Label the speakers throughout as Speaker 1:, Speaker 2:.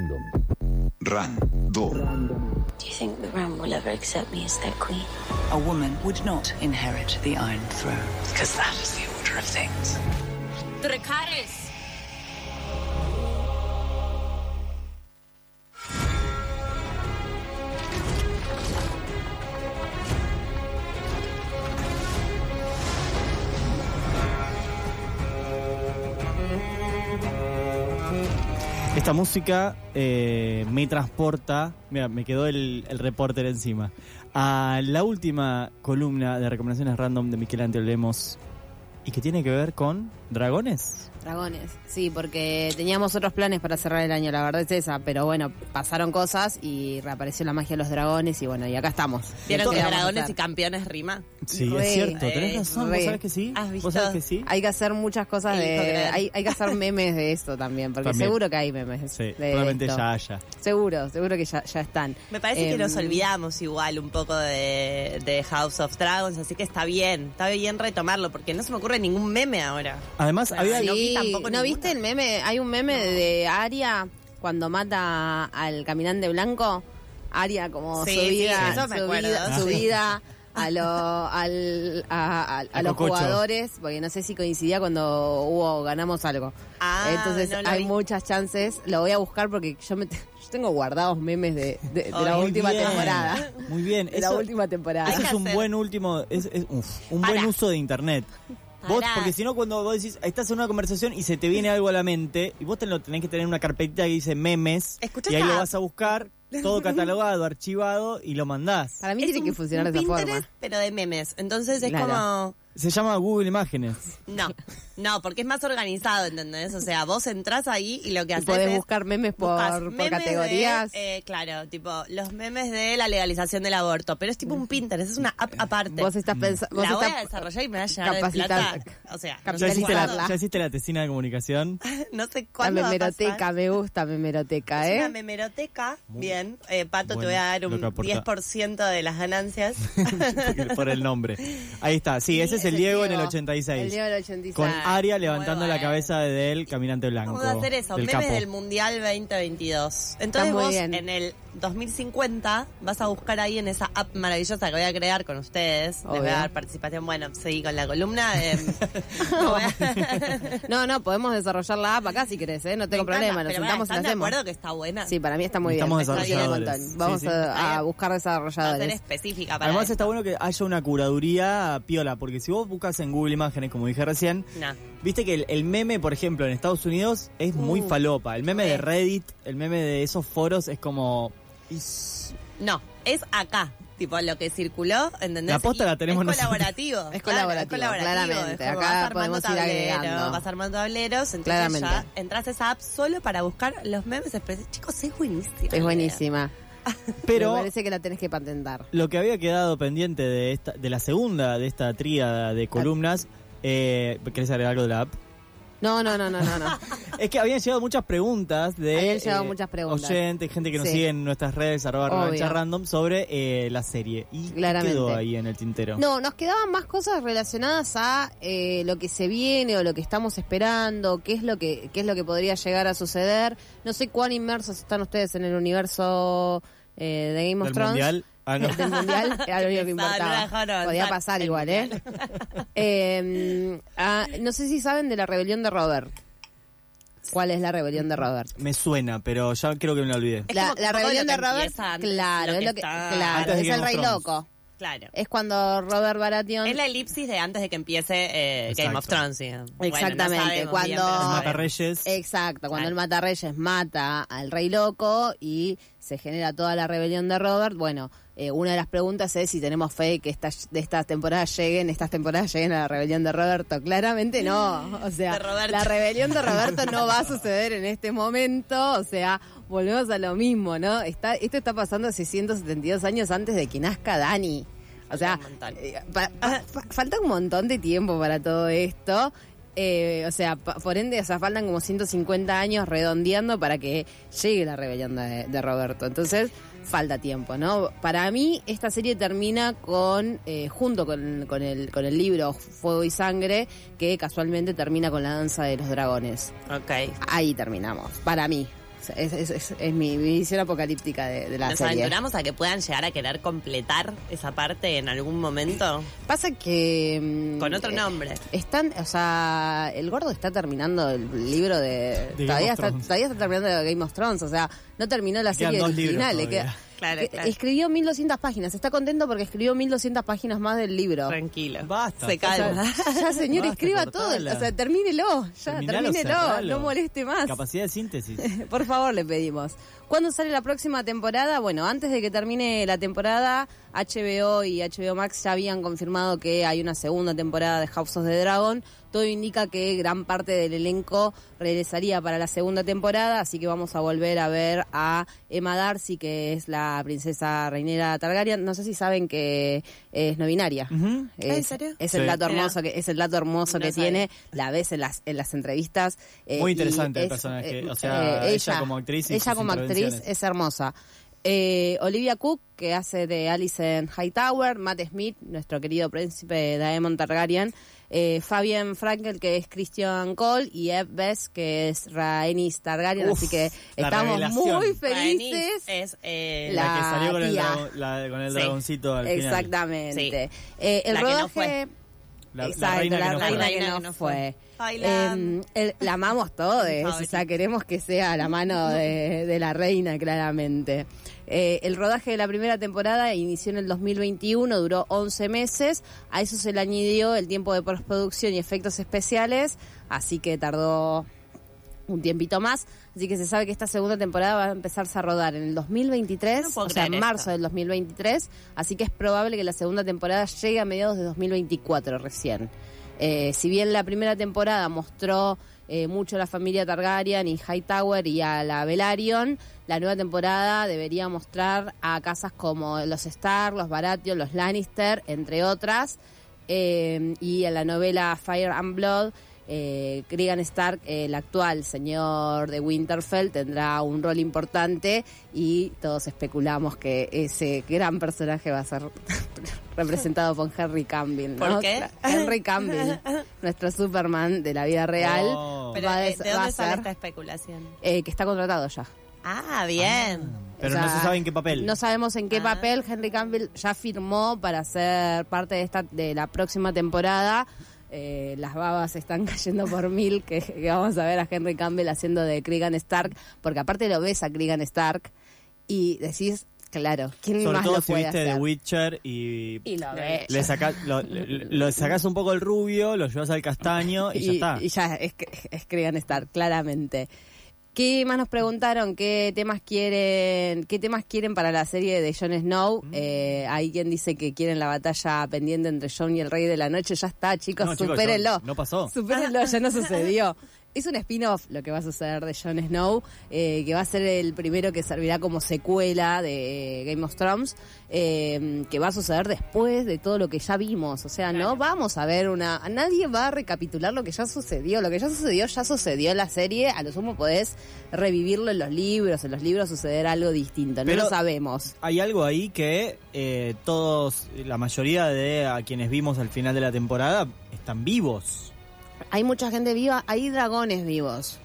Speaker 1: Random.
Speaker 2: Random.
Speaker 3: Do you think the realm will ever accept me as their queen?
Speaker 4: A woman would not inherit the Iron Throne because that is the order of things.
Speaker 3: Dracarys!
Speaker 5: Esta música eh, me transporta, mira, me quedó el, el reporter encima, a la última columna de recomendaciones random de Michelangelo Lemos y que tiene que ver con dragones.
Speaker 6: Dragones, sí, porque teníamos otros planes para cerrar el año, la verdad es esa, pero bueno, pasaron cosas y reapareció la magia de los dragones y bueno, y acá estamos.
Speaker 7: ¿Vieron
Speaker 6: ¿Qué
Speaker 7: que
Speaker 6: vamos a
Speaker 7: dragones
Speaker 6: hacer?
Speaker 7: y campeones rima?
Speaker 5: Sí,
Speaker 6: Re.
Speaker 5: es cierto, tenés
Speaker 7: Eh,
Speaker 5: razón,
Speaker 6: re.
Speaker 5: vos sabés que sí,
Speaker 7: ¿Has visto?
Speaker 5: vos sabés que sí.
Speaker 6: Hay que hacer muchas cosas
Speaker 7: Elijo
Speaker 6: de...
Speaker 7: creer.
Speaker 6: Hay, hay que hacer memes de esto también, porque
Speaker 5: También.
Speaker 6: seguro que hay memes.
Speaker 5: Sí,
Speaker 6: de
Speaker 5: probablemente
Speaker 6: esto.
Speaker 5: ya haya.
Speaker 6: Seguro, seguro que ya, ya están.
Speaker 7: Me parece
Speaker 6: Em,
Speaker 7: que nos olvidamos igual un poco de, de House of Dragons, así que está bien, está bien retomarlo, porque no se me ocurre ningún meme ahora.
Speaker 5: Además,
Speaker 7: Claro,
Speaker 5: había...
Speaker 7: sí.
Speaker 6: Sí,
Speaker 7: no
Speaker 6: no,
Speaker 7: vi tampoco ninguna.
Speaker 6: viste el meme? Hay un meme de Aria cuando mata al caminante blanco. Aria como
Speaker 7: Sí, sí,
Speaker 6: subida,
Speaker 7: eso me
Speaker 6: subida,
Speaker 5: Ah,
Speaker 7: acuerdo.
Speaker 6: subida a, lo- al- a- a- a
Speaker 5: A
Speaker 6: los
Speaker 5: Cococho.
Speaker 6: jugadores, porque no sé si coincidía cuando hubo ganamos algo.
Speaker 7: Ah,
Speaker 6: Entonces
Speaker 7: no lo
Speaker 6: hay
Speaker 7: vi.
Speaker 6: muchas chances. Lo voy a buscar porque yo me yo tengo guardados memes de, de- de la
Speaker 7: Ay,
Speaker 5: Muy
Speaker 6: última
Speaker 5: bien,
Speaker 6: temporada.
Speaker 5: Muy bien,
Speaker 6: De la
Speaker 5: eso-
Speaker 6: última temporada.
Speaker 5: Eso
Speaker 7: que
Speaker 5: es un
Speaker 7: hacer.
Speaker 5: buen último, es, es- uf, un
Speaker 7: Pará.
Speaker 5: buen uso de internet. Vos,
Speaker 7: Pará.
Speaker 5: porque si no, cuando vos decís, estás en una conversación y se te viene algo a la mente, y vos te lo tenés que tener en una carpetita que dice memes,
Speaker 7: Escuchá
Speaker 5: y ahí
Speaker 7: esta
Speaker 5: lo
Speaker 7: app.
Speaker 5: vas a buscar, todo catalogado, archivado, y lo mandás.
Speaker 6: Para mí
Speaker 7: Es
Speaker 6: tiene
Speaker 7: un-
Speaker 6: que funcionar
Speaker 7: un
Speaker 6: de esa
Speaker 7: Pinterest,
Speaker 6: forma.
Speaker 7: Pero de memes. Entonces es
Speaker 6: Claro.
Speaker 7: como.
Speaker 5: Se llama Google Imágenes.
Speaker 7: No, no, porque es más organizado, ¿entendés? O sea, vos entrás ahí y lo que
Speaker 6: Y
Speaker 7: haces
Speaker 6: podés
Speaker 7: es
Speaker 6: buscar memes por,
Speaker 7: buscas
Speaker 6: por
Speaker 7: memes de,
Speaker 6: categorías.
Speaker 7: eh, claro, tipo, los memes de la legalización del aborto, pero es tipo un Pinterest, es una app aparte.
Speaker 6: Vos estás pensando.
Speaker 7: la voy a desarrollar y me va a llenar de
Speaker 6: capacitar-
Speaker 7: plata. O sea, no
Speaker 5: ¿Ya
Speaker 6: Capitalizar.
Speaker 7: sé,
Speaker 5: hiciste,
Speaker 6: Realizarla.
Speaker 5: la, ya hiciste la tesina de comunicación?
Speaker 7: no sé
Speaker 6: La
Speaker 7: cuándo va a pasar.
Speaker 6: memeroteca, me gusta memeroteca,
Speaker 7: Es una
Speaker 6: ¿eh?
Speaker 7: memeroteca.
Speaker 5: Muy
Speaker 7: Bien. Eh, Pato,
Speaker 5: bueno,
Speaker 7: te voy a dar
Speaker 5: lo
Speaker 7: un
Speaker 5: que aporta.
Speaker 7: 10% de las ganancias.
Speaker 5: Porque- Por el nombre. Ahí está, sí, ese es el Diego, en el 86.
Speaker 6: El Diego del 86.
Speaker 5: Con Aria
Speaker 7: muy
Speaker 5: levantando la
Speaker 7: bueno.
Speaker 5: cabeza de él, caminante blanco.
Speaker 7: Vamos a hacer eso,
Speaker 5: del
Speaker 7: memes
Speaker 5: capo.
Speaker 7: del Mundial 2022. Entonces
Speaker 6: muy
Speaker 7: vos
Speaker 6: bien.
Speaker 7: en el 2050 vas a buscar ahí en esa app maravillosa que voy a crear con ustedes. Les voy
Speaker 6: Obvio.
Speaker 7: a dar participación. Bueno, seguí con la columna. em, no voy a-
Speaker 6: No, no, podemos desarrollar la app acá si querés, ¿eh? No tengo
Speaker 7: Me encanta,
Speaker 6: problema, nos
Speaker 7: pero
Speaker 6: sentamos y
Speaker 7: pará,
Speaker 6: la
Speaker 7: ¿están de
Speaker 6: hacemos.
Speaker 7: acuerdo que está buena?
Speaker 6: Sí, para mí está muy
Speaker 5: Estamos
Speaker 6: bien. me funciona un
Speaker 5: desarrolladores.
Speaker 6: montón. Vamos
Speaker 5: Sí, sí.
Speaker 6: A, a
Speaker 7: Está bien.
Speaker 6: buscar
Speaker 7: Va a ser este,
Speaker 6: desarrolladores.
Speaker 7: específica para
Speaker 5: Además
Speaker 7: esto.
Speaker 5: está bueno que haya una curaduría piola, porque si vos buscas en Google Imágenes, como dije recién,
Speaker 7: Nah.
Speaker 5: Viste que el, el meme, por ejemplo, en Estados Unidos es muy
Speaker 7: Uh,
Speaker 5: falopa. El meme
Speaker 7: re.
Speaker 5: de Reddit, el meme de esos foros es como...
Speaker 7: No, es acá. Tipo, lo que circuló, ¿entendés?
Speaker 5: La posta
Speaker 7: Y
Speaker 5: la tenemos
Speaker 7: Es
Speaker 5: nosotros.
Speaker 7: colaborativo.
Speaker 6: Es
Speaker 7: claro,
Speaker 6: colaborativo, claramente.
Speaker 7: como
Speaker 6: Acá
Speaker 7: vas armando
Speaker 6: podemos ir agregando.
Speaker 7: Vas armando tableros, entonces
Speaker 6: Claramente.
Speaker 7: ya entras a esa app solo para buscar los memes específicos. Chicos, es buenísimo.
Speaker 6: Es buenísima.
Speaker 5: Pero
Speaker 6: Me parece que la tenés que patentar.
Speaker 5: lo que había quedado pendiente de esta de la segunda de esta tríada
Speaker 6: Ah.
Speaker 5: de columnas... Eh, ¿Querés agregar algo de la app?
Speaker 6: No, no, no, no, no. no.
Speaker 5: Es que habían llegado muchas preguntas de eh,
Speaker 6: Habían llegado muchas preguntas.
Speaker 5: oyentes, gente que nos
Speaker 6: Sí.
Speaker 5: sigue en nuestras redes, arroba
Speaker 6: Obvio.
Speaker 5: revancha random, sobre eh, la serie. Y qué
Speaker 6: Claramente.
Speaker 5: quedó ahí en el tintero.
Speaker 6: No, nos quedaban más cosas relacionadas a eh, lo que se viene o lo que estamos esperando, qué es lo que qué es lo que podría llegar a suceder. No sé cuán inmersos están ustedes en el universo eh, de Game of
Speaker 5: ¿Del
Speaker 6: Thrones.
Speaker 5: mundial? Ah, no.
Speaker 6: Del mundial era lo único que
Speaker 7: Qué pesado, no la dejaron
Speaker 6: importaba.
Speaker 7: avanzar.
Speaker 6: Podía pasar
Speaker 7: El
Speaker 6: igual, ¿eh? Eh, ah, no sé si saben de la rebelión de Robert. ¿Cuál es la rebelión de Robert?
Speaker 5: Me suena, pero ya creo que me lo olvidé.
Speaker 7: Es
Speaker 6: la
Speaker 7: como
Speaker 6: la
Speaker 7: todo
Speaker 6: rebelión
Speaker 7: lo
Speaker 6: de
Speaker 7: que
Speaker 6: Robert,
Speaker 7: empieza antes, lo
Speaker 6: claro, es,
Speaker 7: que
Speaker 6: lo que,
Speaker 7: está-
Speaker 6: claro,
Speaker 5: Antes de
Speaker 6: es
Speaker 5: Game
Speaker 6: el
Speaker 5: of
Speaker 6: rey
Speaker 5: Thrones.
Speaker 6: loco.
Speaker 7: Claro.
Speaker 6: Es cuando Robert Baratheon
Speaker 7: Es la elipsis de antes de que empiece eh, Game
Speaker 5: Exacto.
Speaker 7: of Thrones. digamos. Bueno, no
Speaker 6: Exactamente,
Speaker 7: sabemos
Speaker 6: cuando-
Speaker 7: bien, pero
Speaker 5: El
Speaker 6: El Ah,
Speaker 7: sabemos.
Speaker 5: Mata Reyes.
Speaker 6: Exacto, cuando
Speaker 7: Claro.
Speaker 6: el Mata Reyes mata al Rey Loco y se genera toda la rebelión de Robert, bueno, eh, una de las preguntas es si tenemos fe que estas de estas temporadas lleguen, estas temporadas lleguen a la rebelión de Roberto. Claramente no, o sea,
Speaker 7: De Roberto.
Speaker 6: la rebelión de Roberto no va a suceder en este momento, o sea, volvemos a lo mismo, ¿no? Está, esto está pasando hace 172 años antes de que nazca Dani. O sea,
Speaker 7: un montón.
Speaker 6: eh, pa- pa- fa- falta un montón de tiempo para todo esto. Eh, o sea, pa- por ende, o sea, faltan como 150 años redondeando para que llegue la rebelión de, de Roberto. Entonces, falta tiempo, ¿no? Para mí, esta serie termina con, eh, junto con, con el, con el libro Fuego y Sangre, que casualmente termina con la danza de los dragones.
Speaker 7: Ok.
Speaker 6: Ahí terminamos, para mí. Es, es- es- es mi visión apocalíptica de, de la
Speaker 7: ¿Nos
Speaker 6: serie.
Speaker 7: aventuramos a que puedan llegar a querer completar esa parte en algún momento?
Speaker 6: Pasa que... mm,
Speaker 7: Con otro
Speaker 6: eh,
Speaker 7: nombre.
Speaker 6: Están, o sea, el gordo está terminando el libro de.
Speaker 5: Game
Speaker 6: todavía,
Speaker 5: of
Speaker 6: está,
Speaker 5: Thrones.
Speaker 6: todavía está terminando Game of Thrones, o sea, no terminó la
Speaker 5: Quedan
Speaker 6: serie
Speaker 5: dos libros
Speaker 6: original. le
Speaker 5: todavía.
Speaker 6: queda-
Speaker 7: Claro,
Speaker 6: que-
Speaker 7: claro.
Speaker 6: Escribió 1200 páginas, está contento porque escribió 1200 páginas más del libro.
Speaker 7: Tranquilo.
Speaker 5: Basta.
Speaker 7: Se
Speaker 6: O sea,
Speaker 7: calma.
Speaker 6: ya, señor,
Speaker 5: Basta,
Speaker 6: escriba todo.
Speaker 5: cortala.
Speaker 6: O sea, termínelo. Ya,
Speaker 5: Terminalo,
Speaker 6: termínelo.
Speaker 5: cerralo.
Speaker 6: No moleste más.
Speaker 5: Capacidad de síntesis.
Speaker 6: Por favor, le pedimos. ¿Cuándo sale la próxima temporada? Bueno, antes de que termine la temporada, HBO y HBO Max ya habían confirmado que hay una segunda temporada de House of the Dragon. Todo indica que gran parte del elenco regresaría para la segunda temporada, así que vamos a volver a ver a Emma Darcy, que es la princesa reinera Targaryen. No sé si saben que es no binaria.
Speaker 5: Ujú.
Speaker 6: Es,
Speaker 7: ¿En serio?
Speaker 6: es el
Speaker 5: Sí.
Speaker 6: dato hermoso que es el dato hermoso
Speaker 7: No
Speaker 6: que
Speaker 7: sabía.
Speaker 6: tiene. La ves en las en las entrevistas. eh,
Speaker 5: Muy
Speaker 6: y
Speaker 5: interesante el
Speaker 6: es-
Speaker 5: personaje,
Speaker 6: eh,
Speaker 5: o sea,
Speaker 6: eh,
Speaker 5: ella como actriz y
Speaker 6: ella
Speaker 5: sus
Speaker 6: como actriz
Speaker 5: intervenciones.
Speaker 6: es hermosa. Eh, Olivia Cook, que hace de Alice en Hightower, Matt Smith, nuestro querido príncipe Daemon Targaryen, eh, Fabian Frankel, que es Christian Cole, y Eve Bess, que es Rhaenys Targaryen.
Speaker 5: Uf,
Speaker 6: así que
Speaker 5: la
Speaker 6: estamos
Speaker 5: revelación.
Speaker 6: muy
Speaker 7: Rhaenys
Speaker 6: felices.
Speaker 7: Es eh,
Speaker 5: La, que
Speaker 6: La
Speaker 5: salió con el,
Speaker 6: tía.
Speaker 5: drago- la- con el
Speaker 7: Sí.
Speaker 5: dragoncito al final.
Speaker 6: Exactamente. Eh, el
Speaker 7: La que no
Speaker 6: rodaje.
Speaker 7: fue.
Speaker 5: La, la
Speaker 6: Exacto,
Speaker 5: reina que
Speaker 6: la
Speaker 5: no fue.
Speaker 6: reina
Speaker 7: fue.
Speaker 6: que no fue.
Speaker 7: Ay, la-
Speaker 6: Eh, el- la amamos todos, o sea,
Speaker 7: favorita.
Speaker 6: queremos que sea la mano de, de la reina, claramente. Eh, el rodaje de la primera temporada inició en el 2021, duró 11 meses, a eso se le añadió el tiempo de postproducción y efectos especiales, así que tardó un tiempito más, así que se sabe que esta segunda temporada va a empezarse a rodar en el 2023,
Speaker 7: No puedo
Speaker 6: o sea, en
Speaker 7: creer
Speaker 6: marzo
Speaker 7: esto.
Speaker 6: del 2023, así que es probable que la segunda temporada llegue a mediados de 2024 recién. Eh, si bien la primera temporada mostró eh, mucho a la familia Targaryen y Hightower y a la Velaryon, la nueva temporada debería mostrar a casas como los Stark, los Baratheon, los Lannister, entre otras. Eh, y en la novela Fire and Blood, eh, Cregan Stark, el actual señor de Winterfell, tendrá un rol importante y todos especulamos que ese gran personaje va a ser representado por Henry Cavill. ¿no?
Speaker 7: ¿Por qué?
Speaker 6: Henry Cavill, nuestro Superman de la vida real,
Speaker 5: Oh.
Speaker 7: Pero,
Speaker 6: va a
Speaker 7: eh,
Speaker 6: des-
Speaker 7: ¿De
Speaker 6: va
Speaker 7: dónde
Speaker 6: a
Speaker 7: sale
Speaker 6: ser
Speaker 7: esta especulación?
Speaker 6: eh, que está contratado ya.
Speaker 7: Ah, bien.
Speaker 5: Pero
Speaker 6: O
Speaker 5: no
Speaker 6: sea,
Speaker 5: se sabe en qué papel.
Speaker 6: No sabemos en qué
Speaker 7: Ah.
Speaker 6: papel Henry Cavill ya firmó para ser parte de esta de la próxima temporada. Eh, las babas están cayendo por mil que, que vamos a ver a Henry Cavill haciendo de Cregan Stark, porque aparte lo ves a Cregan Stark y decís, claro, ¿quién
Speaker 5: Sobre
Speaker 6: más
Speaker 5: todo
Speaker 6: lo
Speaker 5: si
Speaker 6: puede
Speaker 5: viste
Speaker 6: hacer?
Speaker 5: The Witcher y
Speaker 6: Y lo ves.
Speaker 5: le sacás, lo, le- lo sacás un poco el rubio, lo llevas al castaño y, ya está.
Speaker 6: y ya es, es Cregan Stark, claramente. ¿Qué más nos preguntaron? ¿Qué temas quieren? ¿Qué temas quieren para la serie de Jon Snow?
Speaker 5: Mm.
Speaker 6: Eh, hay quien dice que quieren la batalla pendiente entre Jon y el Rey de la Noche. Ya está, chicos,
Speaker 5: No, chicos,
Speaker 6: supérenlo.
Speaker 5: no- no pasó.
Speaker 6: Supérenlo, ya no sucedió. Es un spin-off lo que va a suceder de Jon Snow, eh, que va a ser el primero que servirá como secuela de Game of Thrones, eh, que va a suceder después de todo lo que ya vimos. O sea, no vamos a ver una... Nadie va a recapitular lo que ya sucedió. Lo que ya sucedió, ya sucedió en la serie. A lo sumo podés revivirlo en los libros. En los libros sucederá algo distinto. No
Speaker 5: Pero-
Speaker 6: lo sabemos.
Speaker 5: Hay algo ahí que eh, todos, la mayoría de a quienes vimos al final de la temporada, están vivos.
Speaker 6: Hay mucha gente viva, hay dragones vivos.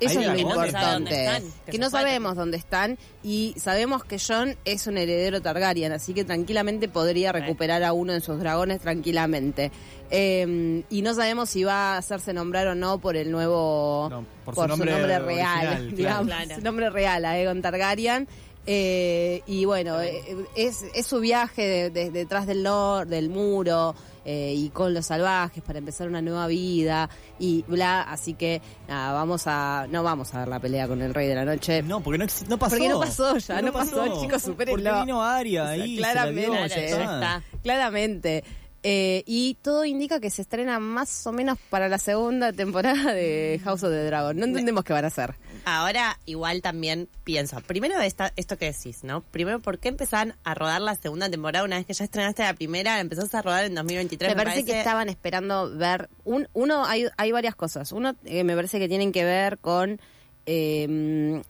Speaker 6: Eso
Speaker 5: Hay
Speaker 6: es lo
Speaker 5: dragones. Que no se sabe
Speaker 6: importante.
Speaker 7: dónde están, que
Speaker 6: que
Speaker 7: se
Speaker 6: no
Speaker 7: fueron.
Speaker 6: sabemos dónde están y sabemos que John es un heredero Targaryen, así que tranquilamente podría recuperar a uno de sus dragones tranquilamente. Eh, y no sabemos si va a hacerse nombrar o no por el nuevo
Speaker 5: No,
Speaker 6: por, su nombre, real,
Speaker 5: original, claro.
Speaker 6: digamos,
Speaker 7: Claro.
Speaker 6: su nombre real, a Egon Targaryen. Eh, y bueno, eh, es, es su viaje de- de- detrás del, nor- del muro eh, y con los salvajes para empezar una nueva vida y bla, así que nada, vamos a, no vamos a ver la pelea con el Rey de la Noche.
Speaker 5: No, porque no, ex- no pasó.
Speaker 6: Porque no pasó ya, no pasó, chicos, supérenlo.
Speaker 5: Porque vino Aria
Speaker 6: O sea,
Speaker 5: ahí, se la
Speaker 6: claramente,
Speaker 5: dio,
Speaker 7: Claro,
Speaker 5: ya
Speaker 7: ya está.
Speaker 6: Claramente. Eh, y todo indica que se estrena más o menos para la segunda temporada de House of the Dragon. No entendemos qué van a hacer.
Speaker 5: Ah.
Speaker 7: Ahora igual también pienso, primero esta, esto que decís, ¿no? Primero, ¿por qué empezaron a rodar la segunda temporada una vez que ya estrenaste la primera? La empezaste a rodar en 2023.
Speaker 6: Me parece que estaban esperando ver. Un, uno, hay, hay varias cosas. Uno, eh, me parece que tienen que ver con eh,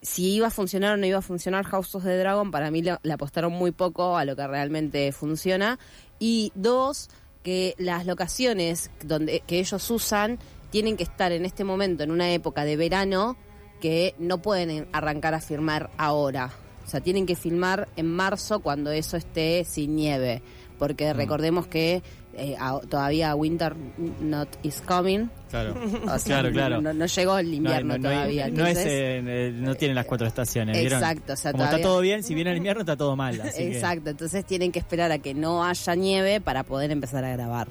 Speaker 6: si iba a funcionar o no iba a funcionar House of the Dragon. Para mí lo- le apostaron muy poco a lo que realmente funciona. Y dos, que las locaciones donde, que ellos usan tienen que estar en este momento en una época de verano que no pueden arrancar a filmar ahora. O sea, tienen que filmar en marzo cuando eso esté sin nieve.
Speaker 5: Mm.
Speaker 6: Porque recordemos que eh, a- todavía Winter Not is Coming.
Speaker 5: Claro,
Speaker 6: O sea,
Speaker 5: claro, claro.
Speaker 6: No, no llegó el invierno
Speaker 5: no, hay-
Speaker 6: todavía.
Speaker 5: no es,
Speaker 6: entonces-
Speaker 5: eh, eh, no tienen las cuatro estaciones, ¿vieron?
Speaker 6: Exacto, o sea,
Speaker 5: Como
Speaker 6: todavía-
Speaker 5: está todo bien, si viene el invierno está todo mal. Así que-
Speaker 6: Exacto, entonces tienen que esperar a que no haya nieve para poder empezar a grabar.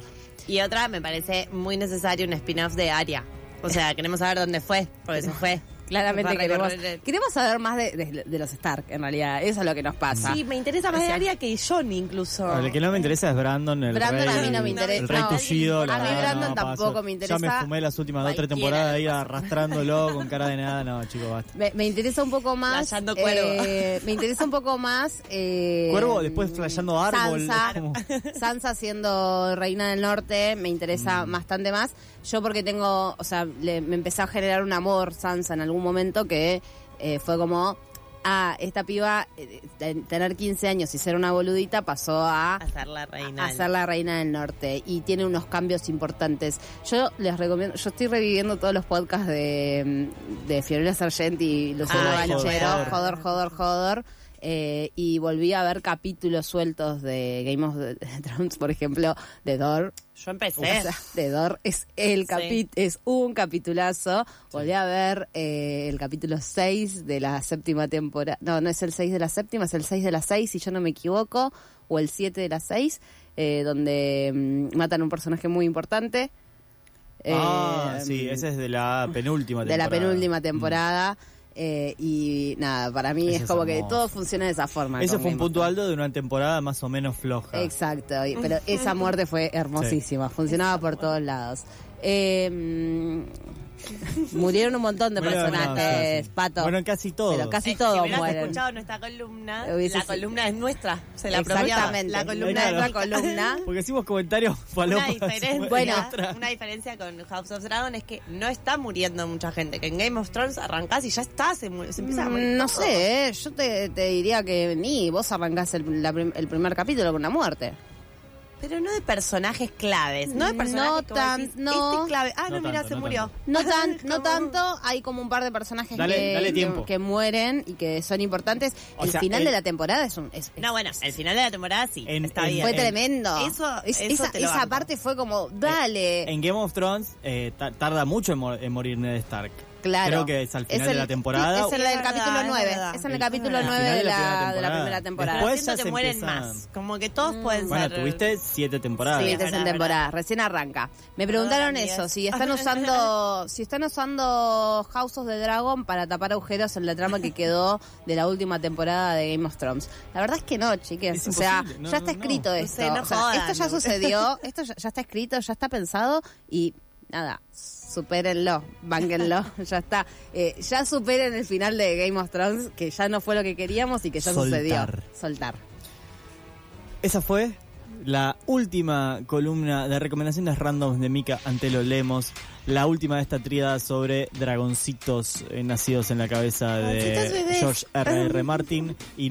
Speaker 7: Y otra, me parece muy necesario un spin-off de Aria. O sea, queremos saber dónde fue, porque se fue.
Speaker 6: Claramente
Speaker 7: Va a
Speaker 6: queremos,
Speaker 7: recorrer el-
Speaker 6: queremos saber más de, de- de los Stark, en realidad. Eso es lo que nos pasa.
Speaker 7: Sí, me interesa más de Aria que Johnny incluso.
Speaker 5: No, El que no me interesa es Brandon, el
Speaker 6: Brandon
Speaker 5: rey,
Speaker 6: a mí no me interesa,
Speaker 5: el rey
Speaker 6: no.
Speaker 5: tullido, la
Speaker 6: A mí
Speaker 5: verdad,
Speaker 6: Brandon
Speaker 5: no, paso.
Speaker 6: tampoco me interesa.
Speaker 5: Ya me fumé las últimas dos, tres
Speaker 7: Cualquiera
Speaker 5: temporadas
Speaker 7: le
Speaker 5: ahí
Speaker 7: pasa.
Speaker 5: arrastrándolo con cara de nada. No, chicos, basta.
Speaker 6: Me, me interesa un poco más.
Speaker 7: Flashando cuervo.
Speaker 6: eh, me interesa un poco más. eh,
Speaker 5: Cuervo, después flashando árbol,
Speaker 6: Sansa,
Speaker 5: es como-
Speaker 6: Sansa siendo reina del norte, me interesa
Speaker 5: Mm.
Speaker 6: bastante más. Yo, porque tengo. O sea, le- me empezó a generar un amor Sansa en algún momento que eh, fue como. Ah, esta piba, eh, ten- tener 15 años y ser una boludita, pasó a
Speaker 7: A ser la reina.
Speaker 6: a ser la reina del norte y tiene unos cambios importantes. Yo les recomiendo, yo estoy reviviendo todos los podcasts de, mm, de Fiorella Sargenti y Luciano
Speaker 7: Ay,
Speaker 6: Banchero,
Speaker 7: joder.
Speaker 6: jodor, jodor, jodor. eh, y volví a ver capítulos sueltos de Game of Thrones, por ejemplo, de Dor.
Speaker 7: Yo empecé.
Speaker 6: O sea, de Dor es el capi- es un capitulazo. Volví a ver eh, el capítulo 6 de la séptima temporada. No, no es el 6 de la séptima, es el 6 de la 6, si yo no me equivoco, o el 7 de la 6, eh, donde mm, matan a un personaje muy importante.
Speaker 5: ah,
Speaker 6: Eh,
Speaker 5: sí, esa es de la penúltima
Speaker 6: de la
Speaker 5: temporada. Mm.
Speaker 6: penúltima temporada. eh, y nada, para mí
Speaker 5: Ese
Speaker 6: es,
Speaker 5: es
Speaker 6: como que
Speaker 5: hermoso.
Speaker 6: todo funciona de esa forma.
Speaker 5: Ese
Speaker 6: Ah, con
Speaker 5: fue un
Speaker 6: Game of
Speaker 5: punto alto de una temporada más o menos floja.
Speaker 6: Exacto, y- pero esa muerte fue hermosísima, funcionaba por todos lados. Eh, mm, murieron un montón de
Speaker 5: Bueno, no,
Speaker 6: personajes,
Speaker 5: sí.
Speaker 6: pato.
Speaker 5: Bueno, en casi todos.
Speaker 6: Pero casi
Speaker 7: Es que
Speaker 6: todos
Speaker 7: si hubieras
Speaker 6: mueren. Eh,
Speaker 7: escuchado nuestra columna,
Speaker 6: Hubiese
Speaker 7: la
Speaker 6: sido-
Speaker 7: columna es nuestra. Se la
Speaker 6: Exactamente,
Speaker 7: apropiamos. La columna
Speaker 5: Claro.
Speaker 7: es
Speaker 6: nuestra
Speaker 7: nuestra
Speaker 6: columna.
Speaker 5: Porque hicimos comentarios
Speaker 7: Una
Speaker 5: palomas.
Speaker 7: diferencia,
Speaker 6: Bueno.
Speaker 7: una diferencia con House of Dragon es que no está muriendo mucha gente. Que en Game of Thrones arrancás y ya está, se, mu- se empieza a morir.
Speaker 6: Mm, No
Speaker 7: todo.
Speaker 6: sé, eh, yo te, te diría que ni vos arrancás el, la prim- el primer capítulo con una muerte.
Speaker 7: Pero no de personajes claves. No de personajes
Speaker 6: No
Speaker 7: que vos
Speaker 6: tan-
Speaker 7: decís,
Speaker 6: no.
Speaker 7: Este clave. Ah,
Speaker 5: No
Speaker 7: no, mira,
Speaker 5: tanto,
Speaker 7: se
Speaker 5: no
Speaker 7: murió.
Speaker 5: tanto.
Speaker 6: No, tan,
Speaker 7: Es
Speaker 6: no
Speaker 7: como-
Speaker 6: tanto, hay como un par de personajes
Speaker 5: Dale-
Speaker 6: que,
Speaker 5: dale
Speaker 6: que-
Speaker 5: tiempo.
Speaker 6: que mueren y que son importantes.
Speaker 5: O
Speaker 6: el
Speaker 5: sea,
Speaker 6: final
Speaker 5: el-
Speaker 6: de la temporada es un... es-
Speaker 7: No, bueno, el final de la temporada sí.
Speaker 5: En-
Speaker 7: está
Speaker 5: en-
Speaker 7: bien.
Speaker 6: fue
Speaker 5: eh,
Speaker 6: tremendo.
Speaker 7: eso-
Speaker 6: Es-
Speaker 7: eso
Speaker 6: esa
Speaker 7: te lo
Speaker 6: esa
Speaker 7: banco.
Speaker 6: parte fue como, dale.
Speaker 5: En Game of Thrones eh, ta- tarda mucho en, mo- en morir Ned Stark.
Speaker 6: Claro.
Speaker 5: Creo que es al final
Speaker 6: el-
Speaker 5: de la temporada.
Speaker 6: Es en el
Speaker 7: Es
Speaker 6: del
Speaker 7: verdad,
Speaker 6: capítulo
Speaker 7: es
Speaker 6: 9.
Speaker 7: verdad.
Speaker 6: Es en el
Speaker 5: El-
Speaker 6: capítulo
Speaker 5: al
Speaker 6: 9
Speaker 5: final
Speaker 6: de
Speaker 5: de la primera
Speaker 6: la, de la
Speaker 5: temporada.
Speaker 6: primera
Speaker 7: Pero
Speaker 6: temporada.
Speaker 5: Después
Speaker 7: siento
Speaker 5: ya
Speaker 7: que
Speaker 5: se
Speaker 7: mueren
Speaker 5: empieza-
Speaker 7: más. Como que todos
Speaker 6: Mm.
Speaker 7: pueden
Speaker 5: Bueno,
Speaker 7: ser.
Speaker 5: tuviste siete temporadas.
Speaker 6: Sí,
Speaker 7: es
Speaker 6: esta es en
Speaker 7: verdad,
Speaker 6: temporada. Recién arranca. Me preguntaron
Speaker 7: Perdón,
Speaker 6: eso,
Speaker 7: amigues.
Speaker 6: si están usando, si están usando House of the Dragon para tapar agujeros en la trama que quedó de la última temporada de Game of Thrones. La verdad es que no, chiques.
Speaker 5: Es
Speaker 6: o sea,
Speaker 5: imposible. No,
Speaker 6: ya está
Speaker 5: no, no.
Speaker 6: escrito
Speaker 5: No
Speaker 6: esto.
Speaker 7: sé, no
Speaker 6: O sea,
Speaker 7: jodan.
Speaker 6: esto ya sucedió, esto ya, ya está escrito, ya está pensado y nada, supérenlo, bánguenlo, ya está. Eh, ya superen el final de Game of Thrones, que ya no fue lo que queríamos y que ya
Speaker 5: Soltar.
Speaker 6: sucedió. Soltar.
Speaker 5: Esa fue la última columna de recomendaciones randoms de Mika Antelo Lemos. La última de esta tríada sobre dragoncitos eh, nacidos en la cabeza de
Speaker 7: Dragoncitos bebés.
Speaker 5: George R.R. Martin. Y